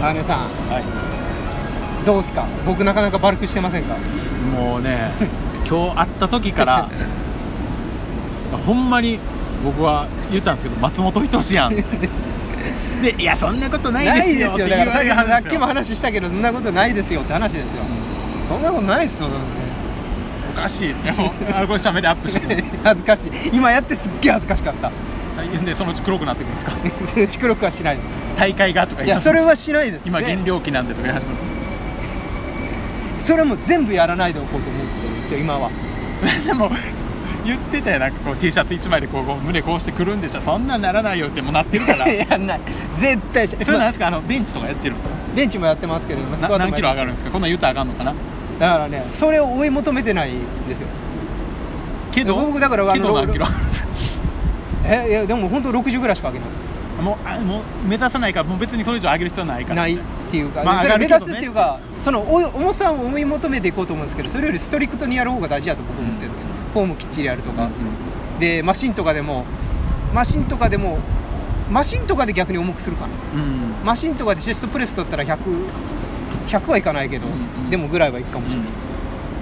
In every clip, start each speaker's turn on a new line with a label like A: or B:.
A: 金さん
B: は
A: どうすか僕なかなかバルクしてませんか
B: い、もう ね、今日会った 時から、ほんまに僕は言ったんですけど、松本人志や んって、でいや、そんなことないですよって
A: だ
B: 言
A: か
B: わ
A: ら
B: れる
A: さっき
B: 話
A: さっきも話したけどそんなことないですよって話ですよ、そんなことないですよなんて
B: おかしいですね、もうあこれ、しゃべりアップしてくる
A: 恥ずかしい今やってすっげえ恥ずかしかった
B: で、そのうち黒くなってくるん ですか、
A: 黒くはしないです
B: 大会がとか
A: い
B: 言い
A: や
B: 出す
A: それはしないですね
B: 今、減量期なんでとか言い始めるんですよ。
A: それも全部やらないでおこうと思ってるんですよ今は
B: でも言ってたよなんかこう T シャツ1枚でこうこう胸こうしてくるんでしょそんなんなら ないよってもうなってるから え
A: やんない絶対し
B: それな
A: ま
B: んですかあのベンチとかやってるんですか
A: あベンチもやってますけれどもス
B: な
A: クワット
B: 何
A: も
B: キロ
A: やっ
B: 上
A: て
B: がるんですかこんなん言うたらあかんのかな
A: ますだからねそれを追い求めてないんですよ
B: けど
A: 僕だからあの
B: けど何キロ
A: えいやでも本当60ぐらいしか上げない
B: もうあもう目指さないからもう別にそれ以上上げる必要ないから
A: ないっていうか、
B: まあ
A: それ目
B: 上が
A: 指
B: る
A: すっ
B: けどね
A: ていうか、そのお重さを追い求めていこうと思うんですけどそれよりストリクトにやる方が大事だと僕は思ってる、
B: うん
A: フォームきっちりやると
B: と
A: か
B: か、
A: でマシンとかでもマシンとかでもマシンとかで逆に重くするかな
B: うん、うん
A: マシンとかでチェストプレス取ったら100 100はいかないけど、
B: うんうん
A: でもぐらいはいくかもしれな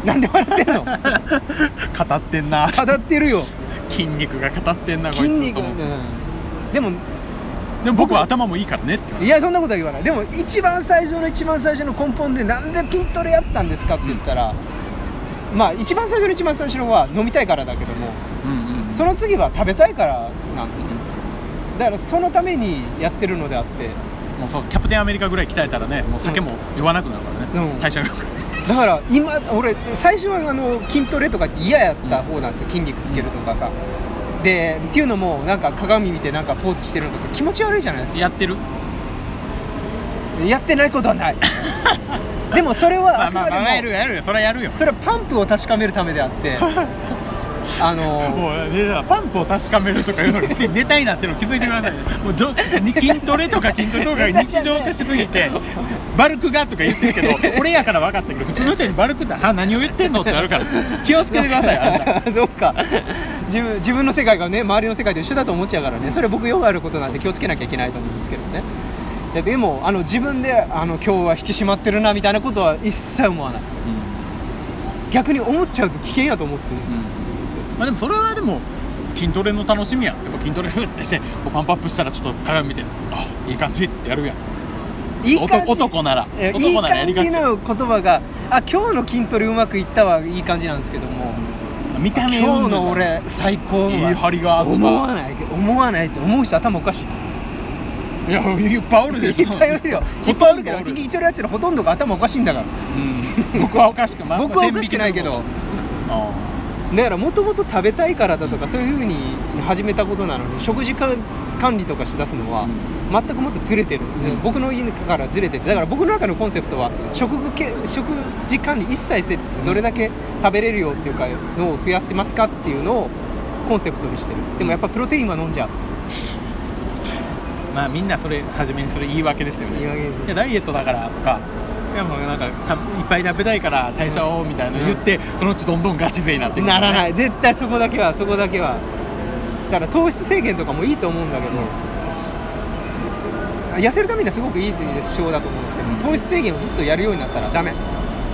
A: い、なんで笑 ってんの
B: 語ってんな
A: 語ってるよ
B: 筋肉が語ってん なこいつ
A: 筋肉、
B: と
A: う
B: 思って
A: ん、でも
B: でも僕は頭もいいからねって言われ
A: い
B: て
A: やそんなことは言わないでも一番最初の一番最初の根本でなんで筋トレやったんですかって言ったら、まあ一番最初の一番最初のは飲みたいからだけども
B: うんうん
A: その次は食べたいからなんですよだからそのためにやってるのであって
B: もうそうキャプテンアメリカぐらい鍛えたらねもう酒も酔わなくなるからね、
A: うん
B: 代謝が良く
A: だから今俺最初はあの筋トレとかって嫌やった方なんですよ、筋肉つけるとかさ、でっていうのもなんか鏡見てなんかポーズしてるのとか気持ち悪いじゃないですか
B: やってる
A: やってないことは ないでもそれは
B: ま
A: あ
B: あ
A: くま
B: まあ
A: でも
B: まあやるよやるよそれはやるよ
A: それはパンプを確かめるためであってあの
B: もうねパンプを確かめるとかいうのが 別にネタになってるの気づいてくださいねもうじょ筋トレとか筋トレとかが日常化しすぎ てバルクがとか言ってるけ ど俺やから分かったけど普通の人にバルクっては何を言ってんのってなるから気をつけてくださいあ な た
A: そうか自分自分の世界がね周りの世界と一緒だと思っちゃうからねそれ僕よくあることなんで気をつけなきゃいけないと思うんですけどねいやでもあの自分であの今日は引き締まってるなみたいなことは一切思わない逆に思っちゃうと危険やと思ってるんですよ、
B: まあでもそれはでも筋トレの楽しみややっぱ筋トレふってしてこうパンプアップしたらちょっと鏡見てあいい感じってやるやん
A: いい感じ
B: 男男なら
A: えいい
B: 男ならや
A: 感
B: りがち
A: じの言葉があ今日の筋トレうまくいったはいい感じなんですけども、
B: 見た目を
A: 今日の俺最高はい
B: い張りがあった
A: 思わないけど思わないって思う人頭おかしい
B: いやいっぱいおるでしょ
A: いっぱいおるよいっぱいおるけど聞き取るやつのほとんどが頭おかしいんだから
B: うん僕はおかしくまあ
A: 僕はおかしくないけど
B: あ
A: だからもともと食べたいからだとかそういうふうに始めたことなのに食事か管理とかしだすのは
B: うん
A: 全くもっとずれてる、
B: ん
A: 僕の家からずれててだから僕の中のコンセプトは食具け食事管理一切せずどれだけ食べれるよっていうかのを増やしますかっていうのをコンセプトにしてるでもやっぱプロテインは飲んじゃう
B: ーまあみんなそれ初めにする言い訳ですよね
A: 言い訳です
B: やダイエットだからとかいやもうなんかたいっぱい食べたいから代謝をみたいなの言って、そのうちどんどんガチ勢になっていくか
A: な
B: らね
A: らない絶対そこだけはそこだけはだから糖質制限とかもいいと思うんだけど、痩せるためにはすごくいい手法だと思うんですけど、
B: うん
A: 糖質制限をずっとやるようになったらダメ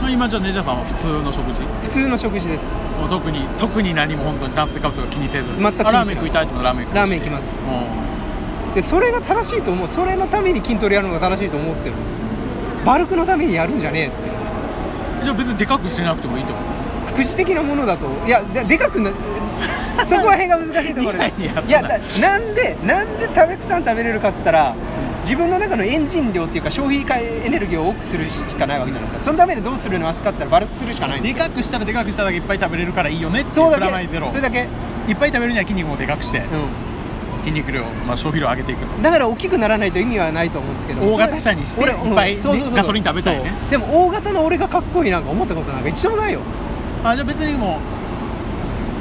B: まあ、今じゃあネジャーさんは普通の食事
A: 普通の食事です
B: もう特に特に何も本当に炭水化物が気にせず
A: 全く気にしない
B: あラーメン食いたいと思ったらラーメン食うし
A: ラーメン行きます
B: う
A: でそれが正しいと思うそれのために筋トレやるのが正しいと思ってるんですよバルクのためにやるんじゃねえって
B: んじゃあ別にでかくしてなくてもいいと思う
A: 副次的なものだといやででかく なそこら辺が難しいところで
B: いやいや
A: いやだなんでなんでたくさん食べれるかっつったら自分の中のエンジン量っていうか消費エネルギーを多くするしかないわけじゃないですかそのためにどうするのますかっつったらバルクするしかないんで
B: ですかくしたらでかくしただけいっぱい食べれるからいいよねっていう
A: そうだ
B: プ
A: け
B: ラマイゼロ
A: それだけ、
B: いっぱい食べるには筋肉もでかくして、
A: う
B: 筋肉量、まあ、消費量上げていくと
A: ん、だから大きくならないと意味はないと思うんですけど
B: 大型車にして
A: 俺
B: いっぱいね
A: うんそうそうそう
B: ガソリン食べたいね
A: そうでも大型の俺がかっこいいなんか思ったことなんか一度もないよ
B: あじゃあ別にも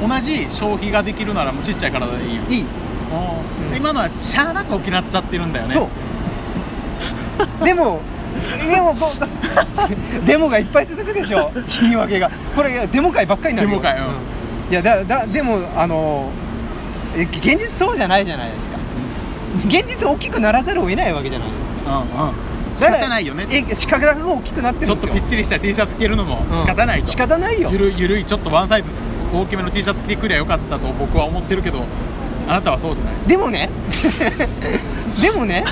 B: う同じ消費ができるならもうちっちゃい体でいいよ
A: いい、う
B: うん
A: ん
B: 今のはしゃあなく大きなっちゃってるんだよね
A: そう でもでもこうデモがいっぱい続くでしょ言い訳がこれデモ会ばっかりになるよ
B: デモ会うん
A: いやだだでもあのえ現実そうじゃないじゃないですか現実大きくならざるを得ないわけじゃないですか
B: うんうん仕方ないよね
A: え仕方が大きくなって
B: ち
A: るんで
B: ょっ
A: すよ
B: とぴっちりした T シャツ着るのも
A: うん
B: 仕方ないと、
A: 仕方ないよ
B: ゆるゆるいちょっとワンサイズ大きめの T シャツ着てくりゃよかったと僕は思ってるけどあなたはそうじゃない
A: でも ねでもね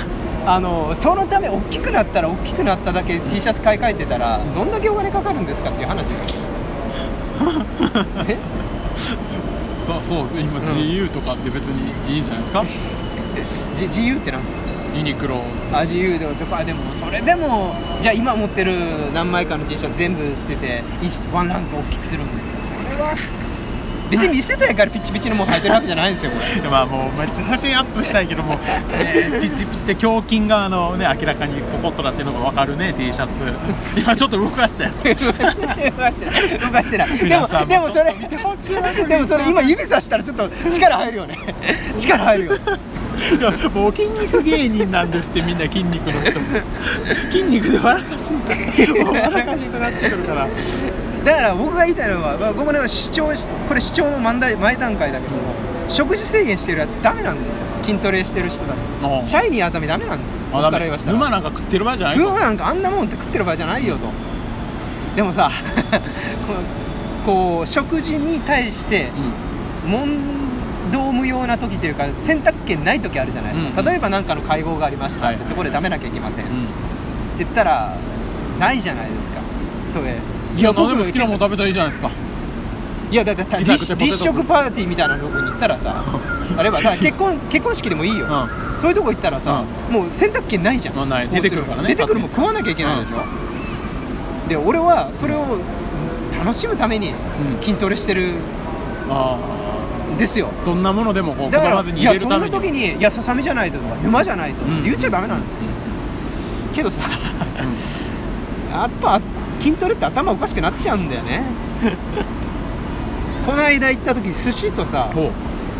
A: あのそのため大きくなったら大きくなっただけ T シャツ買い替えてたらどんだけお金かかるんですかっていう話 です え
B: そうそう今
A: うん
B: GU とかって別にいいんじゃないですか、
A: じ自由ってなんですか
B: ユニクロ
A: あ自由度とかでもそれでもじゃあ今持ってる何枚かの T シャツ全部捨てて一ワンランク大きくするんですかそれは別に見せたやからピチピチのもん履いてるわけじゃないんですよこれ
B: まあもうめっちゃ写真アップしたいけども、ね、ピチピチで胸筋があのね明らかにポコッとなってるのが分かるね T シャツ今ちょっと動かしたよ
A: 動かしてない動かしてないで
B: 皆
A: も
B: さんも
A: でもそれ
B: ちょっと見てほしいな
A: でもそれ今指さしたらちょっと力入る よね力入るよ
B: いやもう筋肉芸人なんですってみんな筋肉の人も筋肉で笑かしに笑かしになってくるから
A: だから僕が言いたいのは、まあ、僕の主張しこれ主張の前段前段階だけども食事制限してるやつダメなんですよ筋トレしてる人だ
B: あ
A: と
B: あ
A: シャイニーあざみダメなんですよ僕から言わせたら
B: 沼なんか食ってる場合じゃない
A: 食うなんかあんなもんって食ってる場合じゃないよとでもさ このこう食事に対して問答無用な時っていうか選択権ない時あるじゃないですか、
B: うんうん
A: 例えば何かの会合がありましたって、
B: はいはい
A: そこで食べなきゃいけません、
B: う
A: っ
B: ん
A: て言ったらないじゃないですかそれ
B: いや僕も好きなもん食べたらいいじゃないですか
A: いやだってた
B: ピザ食って
A: 立
B: ポテト
A: 立食パーティーみたいなとこに行ったらさあればさ結婚結婚式でもいいよ、
B: う
A: そういうとこ行ったらさ、もう選択権ないじゃん、
B: まあない
A: こうす
B: 出てくるからね
A: 出てくるもん食わなきゃいけないでしょ、で俺はそれを楽しむために
B: ん
A: 筋トレしてる
B: あ
A: んですよ、
B: あどんなものでもこうこ
A: だ
B: だ
A: か
B: わら
A: ら
B: ず
A: い
B: に入
A: や
B: れ
A: そ
B: る
A: ん
B: た
A: な
B: めに
A: 時に「いやささみじゃないと」とか「沼じゃないと」とか
B: うん
A: 言っちゃダメなんですよ、けどさ、
B: う
A: やっぱ筋トレって頭おかしくなっちゃうんだよ ねこの間行った時寿司とさ
B: ほう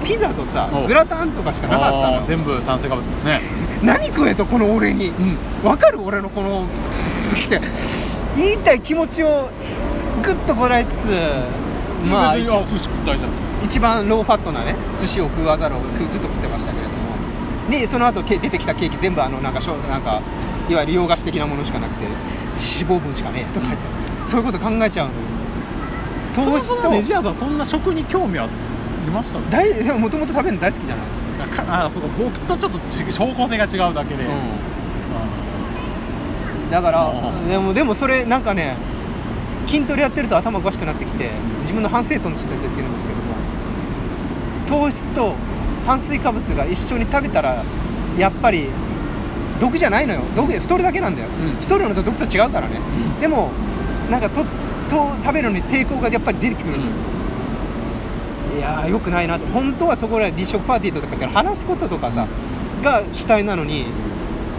A: ピザとさ
B: ほう
A: グラタンとかしかなかったの
B: あー
A: よ
B: 全部炭水化物ですね
A: 何食えとこの俺に
B: ん
A: わ、かる俺のこのって言いたい気持ちをグッとこらえつつまあ
B: い
A: 一
B: や寿司食ったらいいじゃないですか
A: 一番ローファットなね寿司を食わざるを食うずっと食ってましたけれどもでその後け出てきたケーキ全部あのなんかしょなんかいわゆる洋菓子的なものしかなくて脂肪分しかねえとか言って、そういうこと考えちゃうのよ糖質と
B: ネジアさんそんな食に興味ありました
A: 大でももともと食べるの大好きじゃないですか、
B: ああそうか僕とちょっとち方向性が違うだけで、
A: うん、だから
B: うん
A: でもでもそれなんかね筋トレやってると頭おかしくなってきて自分の反省点として言ってるんですけども糖質と炭水化物が一緒に食べたらやっぱり毒じゃないのよ毒太るだけなんだよ、
B: うん
A: 太るのと毒と違うからね、
B: うん
A: でもなんかとと食べるのに抵抗がやっぱり出てくるのよ、いやーよくないなと本当はそこら離職パーティーとかから話すこととかさが主体なのに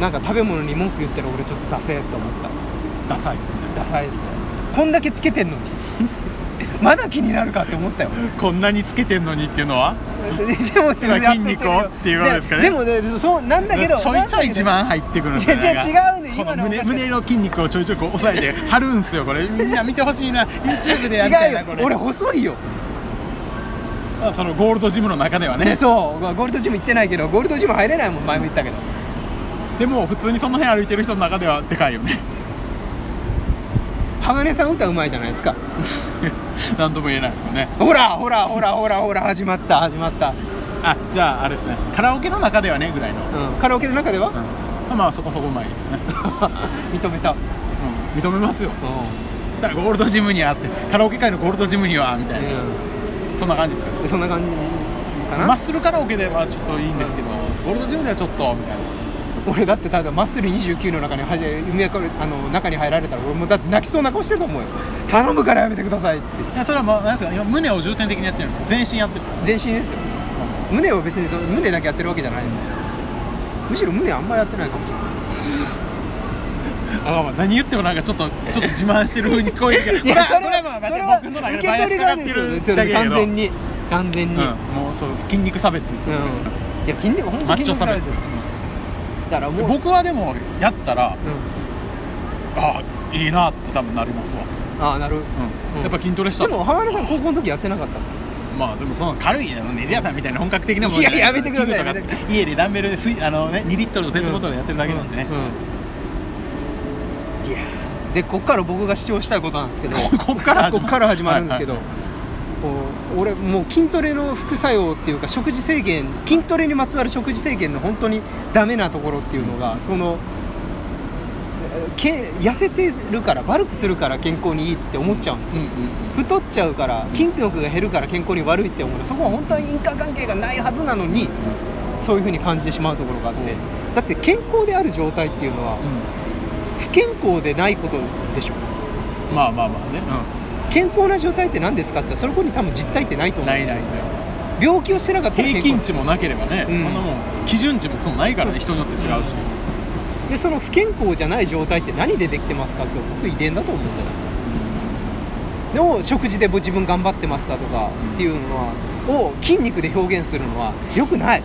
A: なんか食べ物に文句言ってる俺ちょっとダセえと思った
B: ダサいですね
A: ダサいっすよこんだけつけてんのに まだ気になるかって思 ったよ
B: こんなにつけてんのにっていうのは
A: でもすごい痩せてるよ
B: 筋肉をっていうことですかね
A: でもねそうなんだけど
B: ちょいちょい自慢入
A: っ
B: ってくるん
A: ん
B: で
A: だ
B: す
A: け
B: よ
A: どいや違う違うね
B: こ
A: 今
B: の
A: のおかしかった
B: 胸胸の筋肉をちょいちょいこう押さえて貼るんすよこれみんな見てほしいな YouTube でやりたいなこ
A: 違う
B: れ
A: よ俺細いよ、
B: あそのゴールドジムの中ではね
A: ね、 そうゴールドジム行ってないけどゴールドジム入れないもん前も言ったけど
B: でも普通にその辺歩いてる人の中ではでかいよね
A: 鋼さん歌うまいじゃないですか
B: 何とも言えないですよね
A: ほらほらほらほらほら始まった始まった、
B: あじゃああれですねカラオケの中ではねぐらいの、
A: うん、カラオケの中では、
B: うんまあそこそこうまいですね、
A: 認めた、うん、
B: うん、認めますよただゴールドジムにはあってカラオケ界のゴールドジムにはみたいな、そんな感じですか
A: うんそんな感じかな、
B: マッスルカラオケではちょっといいんですけど、ゴールドジムではちょっとみたいな
A: 俺だってただマッスル29の中にはじ夢かあの中に入られたら俺もうだって泣きそうな顔してると思うよ頼むからやめてくださいって
B: いやそれはもうなんですか今胸を重点的にやってるんですよ全身やってるんですよ
A: 全身ですよ胸は別にその胸だけやってるわけじゃないですよむしろ胸あんまりやってないかもしれない
B: あまあまあ何言ってもなんかちょっとちょっと自慢してる風に聞 こえるけどこれはこれはまあまあ僕の中でバイアスかかってる
A: それは
B: だけやけ
A: 完
B: ど
A: 全に完
B: う
A: 全
B: ん
A: に、
B: もうそう筋肉差別ですよ、
A: うんいや筋肉本当
B: マ
A: に
B: ッ
A: 筋
B: チョ
A: 肉
B: 差
A: 差別
B: 別で
A: ですすだからもう
B: 僕はでもやったら
A: うん
B: あいいなって多分なりますわ
A: ああなる、
B: うんやっぱ筋トレした
A: でも浜原さん高校の時やってなかったっ
B: まあでもその軽いねジ屋さんみたいな本格的なものじゃない
A: いややめてください
B: 器具とか
A: やめてくださ
B: 家でダンベルで水あのね2リットルの
A: け
B: ペットボトルでやってるだけなんでね、
A: うんうん
B: いや
A: でこっから僕が主張したいことなんですけど
B: ここっから始まる
A: こっから始まるんですけど、
B: はいは
A: こう俺もう筋トレの副作用っていうか食事制限筋トレにまつわる食事制限の本当にダメなところっていうのがそのえーけ痩せてるから悪くするから健康にいいって思っちゃうんですよ、
B: うんうんうん
A: 太っちゃうから筋力が減るから健康に悪いって思うそこは本当は因果関係がないはずなのにそういうふうに感じてしまうところがあって、
B: うん
A: だって健康である状態っていうのは、不健康でないことでしょ
B: まあまあまあね、
A: 健康な状態って何ですかって言ったらそこに多分実態ってないと思うん
B: ない
A: です
B: ない
A: よ
B: ない
A: 病気をしてなかったら
B: 平均値もなければね、
A: うん
B: そんなもん基準値もそのないからね人によって違うし、
A: でその不健康じゃない状態って何でできてますかって僕遺伝だと思うんだよでも食事で自分頑張ってますだとかっていうのは、を筋肉で表現するのは良くない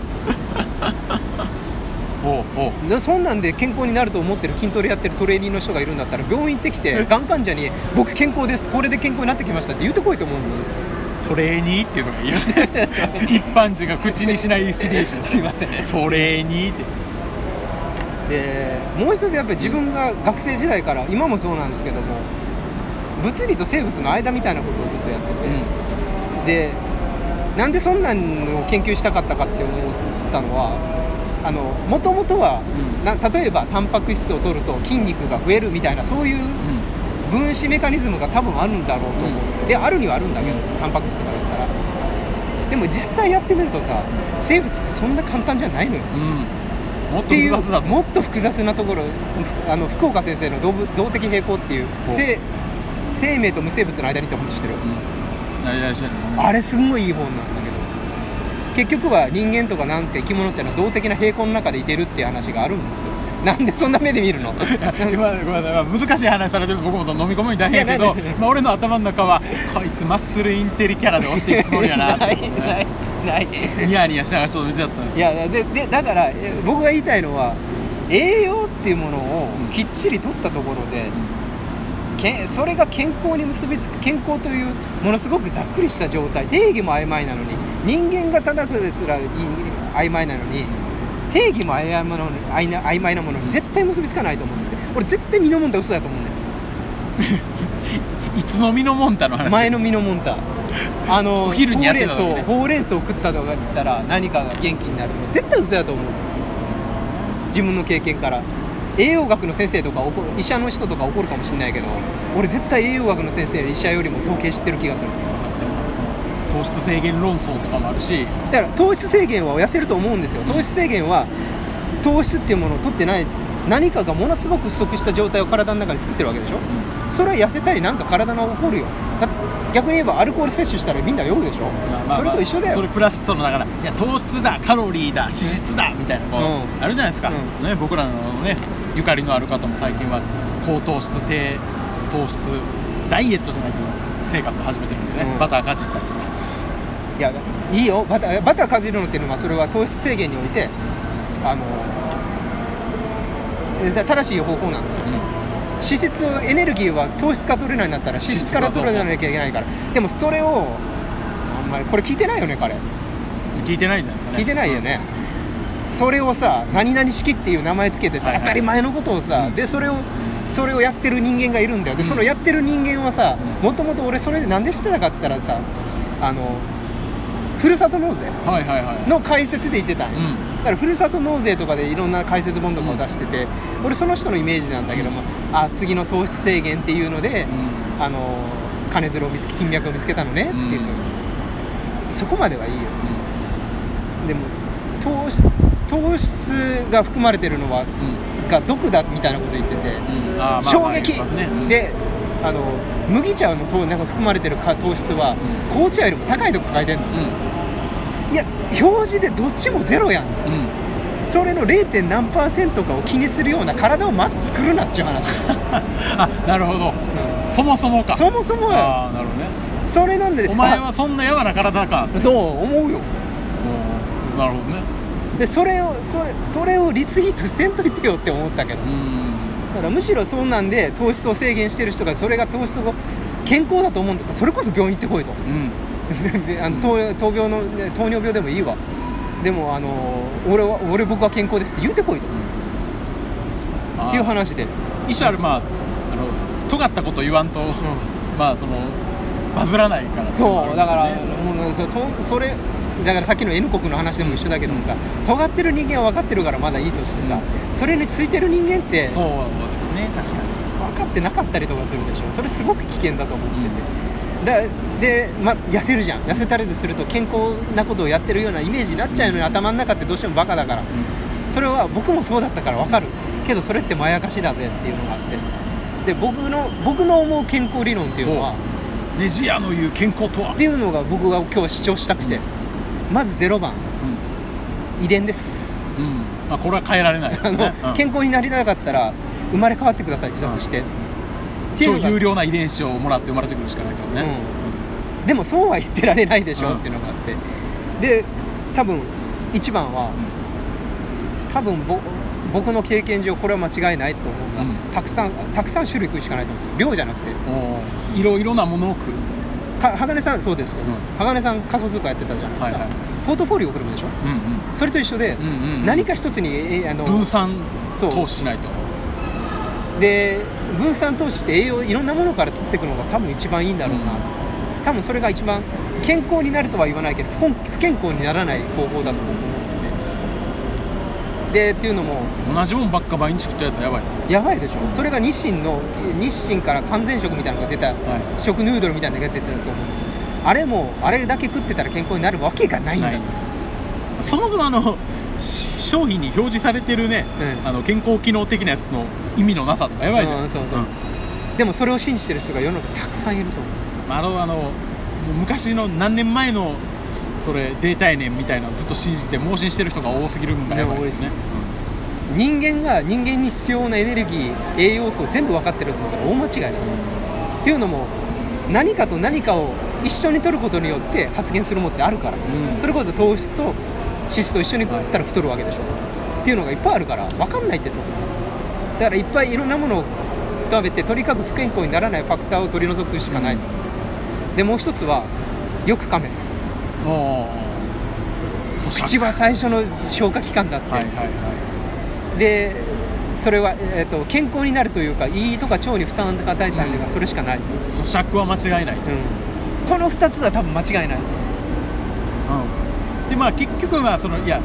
B: おうおう
A: でそんなんで健康になると思ってる筋トレやってるトレーニーの人がいるんだったら病院行ってきて
B: え
A: がん患者に「僕健康ですこれで健康になってきました」って言ってこいと思うんですよ
B: トレーニーっていうのがいいよね一般人が口にしないシリーズ
A: すいません
B: トレーニーって
A: でもう一つやっぱり自分が学生時代から今もそうなんですけども物理と生物の間みたいなことをずっとやってて、でなんでそんなんを研究したかったかって思ったのはもともとは、
B: うん
A: な例えばタンパク質を取ると筋肉が増えるみたいなそういう分子メカニズムが多分あるんだろうと思う、
B: うん
A: であるにはあるんだけど、
B: うん
A: タンパク質とかだったらでも実際やってみるとさ生物ってそんな簡単じゃないのよ、
B: うんもっ
A: っ
B: と
A: てい
B: 複
A: う
B: 雑だと
A: もっと複雑なところふあの福岡先生の動物動的平衡っていう
B: ほう
A: 生生命と無生物の間にって本知ってる、
B: うんあいやいや
A: あれすんごいいい本なんだけど結局は人間とかなんて生き物ってのは動的な平衡の中でいてるっていう話があるんですよなんでそんな目で見る の
B: 今ごめんなさい難しい話されてると僕も飲み込むに大変やけ
A: いや
B: ど
A: ないないない
B: まあ俺の頭の中はこいつマッスルインテリキャラで押していくつもりやなっ
A: な
B: て
A: い
B: こと
A: ない
B: ね
A: ない
B: ニヤニヤしながらちょっと見ちゃった
A: いやででだからえ僕が言いたいのは栄養っていうものをきっちり取ったところで、けそれが健康に結びつく健康というものすごくざっくりした状態定義も曖昧なのに人間がただですらい曖昧なのに定義も曖昧なのに曖昧曖昧なものに絶対結びつかないと思うんで俺絶対身のもんた嘘だと思うんだよ
B: いつの身のもんたの話
A: 前の身のもん たあの
B: お昼にやってたの
A: ほう
B: に
A: れ
B: ね
A: んそうほうれん草を食ったとか言ったら何かが元気になるとか絶対嘘だと思う自分の経験から栄養学の先生とか怒医者の人とか怒るかもしれないけど俺絶対栄養学の先生より医者よりも統計知ってる気がする
B: その糖質制限論争とかもあるし
A: だから糖質制限は痩せると思うんですよ糖質制限は糖質っていうものを取ってない何かがものすごく不足した状態を体の中に作ってるわけでしょそれは痩せたりなんか体が起こるよだ逆に言えばアルコール摂取したらみんな酔うでしょ、
B: まあまあまあ
A: それと一緒だよ
B: それプラスそのだからいや糖質だカロリーだ脂質だみたいなこう、
A: うん
B: あるじゃないですか、
A: うん
B: ね、僕らのねゆかりのある方も最近は高糖質低糖質ダイエットじゃないけど生活を始めてるんでね、
A: うん
B: バターかじったりとか
A: いやいいよバターバターかじるのっていうのはそれは糖質制限においてあのえ正しい方法なんですよ、脂質をエネルギーは糖質から取れないんだったら脂質から取らなきゃいけないからでもそれをあんまりこれ聞いてないよね彼
B: うん聞いてないんじゃないですかね
A: 聞いてないよね、それをさ何々式っていう名前つけてさ、
B: はいはい
A: 当たり前のことをさ、
B: うん
A: でそれをそれをやってる人間がいるんだよで
B: うん
A: そのやってる人間はさ
B: うん
A: もともと俺それで何で知ってたかって言ったらさあのふるさと納税
B: はいはいはい
A: の解説で言ってたんよ、
B: うん
A: だからふるさと納税とかでいろんな解説本とかを出してて、俺その人のイメージなんだけども、あ次の糖質制限っていうので、
B: うん
A: あの金づるを見つけ金脈を見つけたのねっていう、そこまではいいよ、でも糖質糖質が含まれてるのは、が毒だみたいなこと言ってて、
B: うんあーまあまあ
A: 衝撃、
B: 言いますねうん
A: であの麦茶の糖なんか含まれてるか糖質は、
B: うん
A: 紅茶よりも高いとこ書いてんの、
B: う
A: いや表示でどっちもゼロやん
B: んうん
A: それの 0. 何パーセントかを気にするような体をまず作るなっちゅう話
B: あなるほど、
A: ん
B: そもそもか
A: そもそもや
B: ああなるほどね
A: それなんで
B: お前は
A: あ
B: そんなやわな体か
A: そう思うよ
B: うんなるほどね
A: でそれをそれそれをリツイートせんといてよって思ったけど、
B: うん
A: だからむしろそうなんで糖質を制限してる人がそれが糖質を健康だと思うんだったらそれこそ病院行ってこいと
B: う ん
A: であの糖糖病のね糖尿病でもいいわでもあの俺は俺僕は健康ですって言うてこいと、
B: あー
A: っていう話で
B: 一種あるまあ尖ったこと言わんと、まあそのバズらないから
A: そうだから
B: ね
A: もうそそそれだからさっきの N 国の話でも一緒だけどもさ、尖ってる人間は分かってるからまだいいとしてさ、それについてる人間って
B: そうですね確かに
A: 分かってなかったりとかするでしょそれすごく危険だと思ってて、だで、ま、痩せるじゃん痩せたりすると健康なことをやってるようなイメージになっちゃうのに、
B: うん
A: 頭の中ってどうしてもバカだから、それは僕もそうだったから分かるけどそれってまやかしだぜっていうのがあってで僕の僕の思う健康理論っていうのは
B: ネジ屋の言う健康とは
A: っていうのが僕が今日は主張したくて、まず0番遺伝です
B: うん、うんまあ、これは変えられないです
A: あの
B: ね、うん
A: 健康になりたかったら生まれ変わってください自殺して、
B: うん
A: っていう
B: 超
A: のが
B: 有料な遺伝子をもらって生まれてくるしかないからね、
A: でもそうは言ってられないでしょ、
B: うん
A: っていうのがあってで多分一番は多分ぼ僕の経験上これは間違いないと思うが、
B: うん
A: たくさんたくさん種類食うしかないと思うんですよ量じゃなくて
B: うんいろいろなものを食う
A: か鋼さんそうです、
B: うん
A: 鋼さん仮想通貨やってたじゃないですか、
B: はいはい
A: ポートフォリオを組むでしょ
B: うん
A: それと一緒で、
B: うんうんうん
A: 何か一つにえあの
B: 分散
A: そう
B: 投資しないと
A: で分散投資して栄養いろんなものから取っていくのが多分一番いいんだろうな、多分それが一番健康になるとは言わないけど不健不健康にならない方法だと思ってでっていうのも
B: 同じもんばっか毎日食ったやつはやばいですよ
A: やばいでしょそれが日清の日清から完全食みたいなのが出た、
B: はい
A: 食ヌードルみたいなのが出てたと思うんですけどあれもあれだけ食ってたら健康になるわけがないんだ、
B: そもそもあのし商品に表示されてるね、
A: うん
B: あの健康機能的なやつの意味のなさとかやばいじゃないですか、
A: うんそうそうでもそれを信じてる人が世の中たくさんいると思う
B: まあ、あのあのもう昔の何年前のそれデータやねんみたいなのをずっと信じて盲信してる人が多すぎるんがやばいですね
A: でも人間が人間に必要なエネルギー栄養素を全部分かってると思ったら大間違いだっていうのも何かと何かを一緒に取ることによって発現するものってあるから、
B: うん
A: それこそ糖質と脂質と一緒に食ったら太るわけでしょ、っていうのがいっぱいあるから分かんないってそこだからいっぱいいろんなものを食べてとにかく不健康にならないファクターを取り除くしかない、でもう一つはよく噛め
B: うんおーそう
A: 口は最初の消化器官だって、
B: はいはいは
A: でそれは、えー、と健康になるというか胃とか腸に負担が与えたりとか
B: うん
A: それしかない、うん
B: い咀嚼は間違いないと、
A: この2つは多分間違いない
B: でまあ結局まあそのいや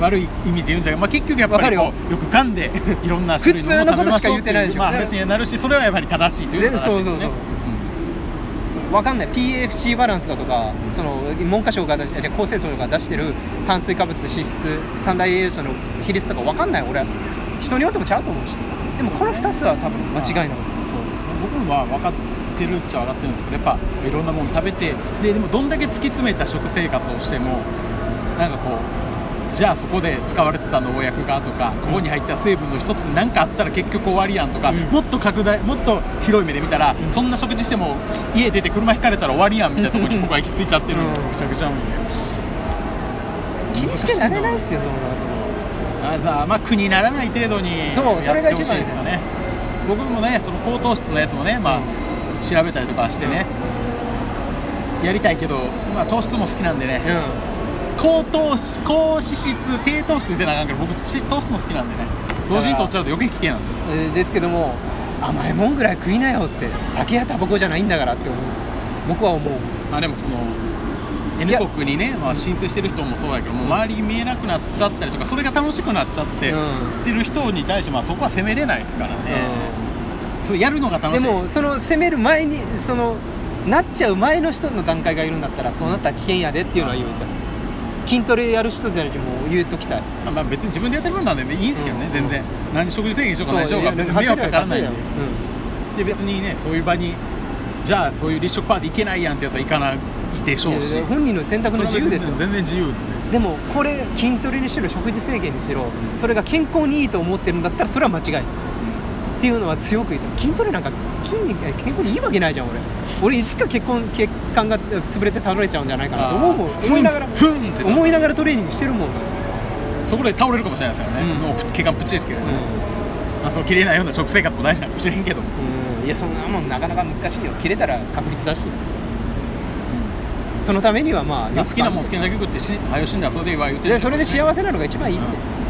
B: 悪い意味で言うんじゃなくまあ、結局やっぱり
A: わ
B: こ
A: かる
B: うよく噛 んでいろんな種類
A: 普通のことしか
B: も
A: 言っ
B: のを食べまょう
A: てないでしょ
B: まあ話にはなるしそれはやっぱり正しいというのが正しいですね
A: そうそうそう分かんない PFC バランスだとかその文科省が出しじゃあ厚生省が出してる炭水化物脂質三大栄養素の比率とか分かんない俺は人によってもちゃうと思うしでもこの2つは多分間違いない、
B: そうですね僕もまあ分かってるっちゃ分かってるんですけどやっぱいろんなもの食べてででもどんだけ突き詰めた食生活をしてもなんかこうじゃあそこで使われてた農薬がとかここに入った成分の一つに何かあったら結局終わりやんとか、
A: うん
B: もっと拡大もっと広い目で見たら、
A: うん
B: そんな食事しても家出て車引かれたら終わりやんみたいなところに僕は行き着いちゃってる、
A: うん
B: ぐちゃぐちゃなんで
A: 気にしてなれないですよそんなこと
B: あざあまあ苦にならない程度に
A: そうそれが一番
B: やってほしいですかね僕もねその高糖質のやつもね、まあ調べたりとかしてね、やりたいけど、まあ、糖質も好きなんでね、高糖質高脂質低糖質言ってなあかんけど僕ち糖質も好きなんでね同時に取っちゃうと余計危険なんで
A: うんえーですけども甘いもんぐらい食いなよって酒やタバコじゃないんだからって思う僕は思う
B: まあでもその
A: い
B: N
A: や
B: 国にね、まあ、申請してる人もそうやけど、もう周り見えなくなっちゃったりとかそれが楽しくなっちゃって、
A: うん
B: ってる人に対して、まあ、そこは責めれないですからね、そうやるのが楽
A: で
B: しい
A: もその攻める前にそのなっちゃう前の人の段階がいるんだったらそうなったら危険やでっていうのは言うた筋トレやる人じゃなくてもう言うときたい
B: まあ、別に自分でやってる分なんでねいいんですけどね、
A: うん
B: 全然何食事制限しようかないし
A: そ
B: よ
A: う
B: うか別に迷惑かからないんで
A: うん
B: で別にねそういう場にじゃあそういう立食パーティー行けないやんってやつは行かないでしょう
A: い
B: し
A: やいや本人の選択の自由ですよ
B: それは別に全然自
A: でもこれ筋トレにしろ食事制限にしろそれが健康にいいと思ってるんだったらそれは間違いない
B: 由
A: っていうのは強く言った筋トレなんか筋肉え健康にいいわけないじゃん俺俺いつか結婚血管がえ潰れて倒れちゃうんじゃないかなと思うもん
B: あー
A: 思いながら
B: ふんふんってな
A: 思いながらトレーニングしてるもん、
B: そこで倒れるかもしれないですからね、
A: うん
B: もう血管プチですけど、ねまあ、その切れないような食生活も大事なのかもしれんけど、
A: うんいやそんなもんなかなか難しいよ切れたら確率だしそのためにはまあ
B: まあ好きなもん好
A: よ
B: きなだけ食ってし早よ死んだらそれで言う
A: く
B: て
A: でそれで幸
B: せ
A: せなのが一番いいって、
B: うん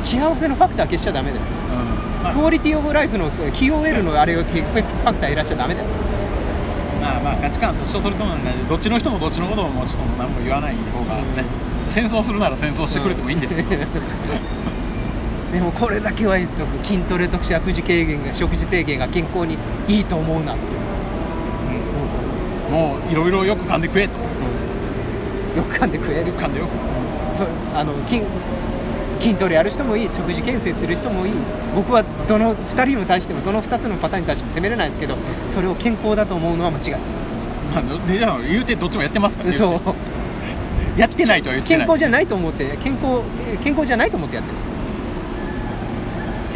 A: 幸せのファクター消しちゃダメだよ
B: うんままあ
A: クオリティオブライフの QOL のあれを結構ファクターいらっしちゃダメだよ
B: まあまあ価値観は人それぞれなんでどっちの人もどっちのこともちょっと何も言わない方がね戦争するなら戦争してくれてもいいんですけど、
A: うん でもこれだけは言っとく筋トレと食事軽減が食事制限が健康にいいと思うなって、
B: もういろいろよく噛んで食えとよ
A: よく噛んで食える
B: く噛んでよ
A: そうあの筋筋トレやる人もいい食事牽制する人もいい僕はどの2人に対してもどの2つのパターンに対しても責めれないですけどそれを健康だと思うのは間違
B: まあ、でじゃあ言うてどっちもやってますから
A: い
B: ね
A: そう
B: やってないとは言って
A: 健
B: ない
A: 康じゃ
B: い
A: ないと思って健康健康じゃないと思ってやってる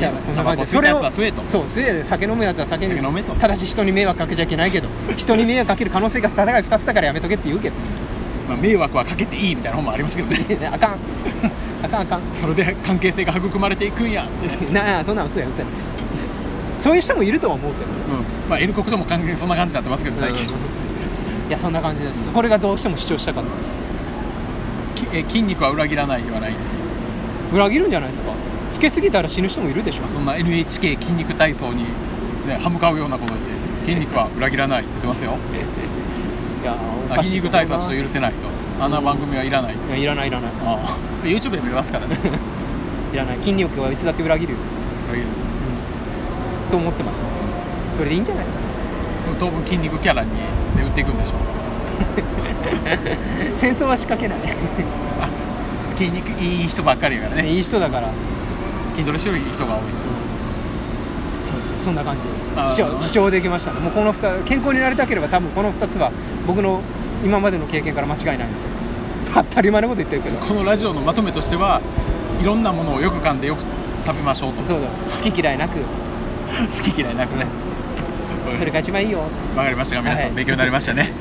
A: だからそんな感じで
B: それを吸えと
A: そう吸え酒飲むやつは酒に
B: 酒飲めと
A: ただし人に迷惑かけちゃいけ ないけど人に迷惑かける可能性が高い2つだからやめとけって言うけど
B: まあ、迷惑はかけていいみたいな本もありますけどね
A: あかんあかんあかん
B: それで関係性が育まれていくんやってね、
A: なあそんなの嘘や嘘やそういう人もいるとは思うけど
B: うんまあ、エルコクとも関係そんな感じになってますけど最近、
A: いやそんな感じです、これがどうしても主張したかったんです
B: きえ筋肉は裏切らないではないんですよ、
A: 裏切るんじゃないですかつけすぎたら死ぬ人もいるでしょ
B: まあ、そんな NHK 筋肉体操に、ね、歯向かうようなこと言って筋肉は裏切らないって言ってますよ
A: いやお
B: あ
A: かし
B: 筋
A: い
B: 肉
A: と思うな
B: 体操はちょっと許せないとあんな番組はいらない
A: い
B: と
A: やいらないいらない
B: ああ YouTube で見れますか らね
A: いらない筋肉はいつだって裏切るよ、
B: 裏切る
A: と思ってますよそれでいいんじゃない ですか
B: 当分筋肉キャラに、ね、打っていくんでしょう
A: 戦争は仕掛けない
B: あ筋肉いい人ばっかりやからね
A: いい人だから
B: 筋トレしてる人が多い
A: そうですそんな感じです
B: あー
A: 主張主張できましたねもうこの2健康になりたければ多分この2つは僕の今までの経験から間違いないので当たり前のこと言ってるけど
B: このラジオのまとめとしてはいろんなものをよく噛んでよく食べましょうと
A: そうだ好き嫌いなく
B: 好き嫌いなくね
A: それが一番いいよ
B: わかりましたが皆さん、
A: はい。
B: 勉強になりましたね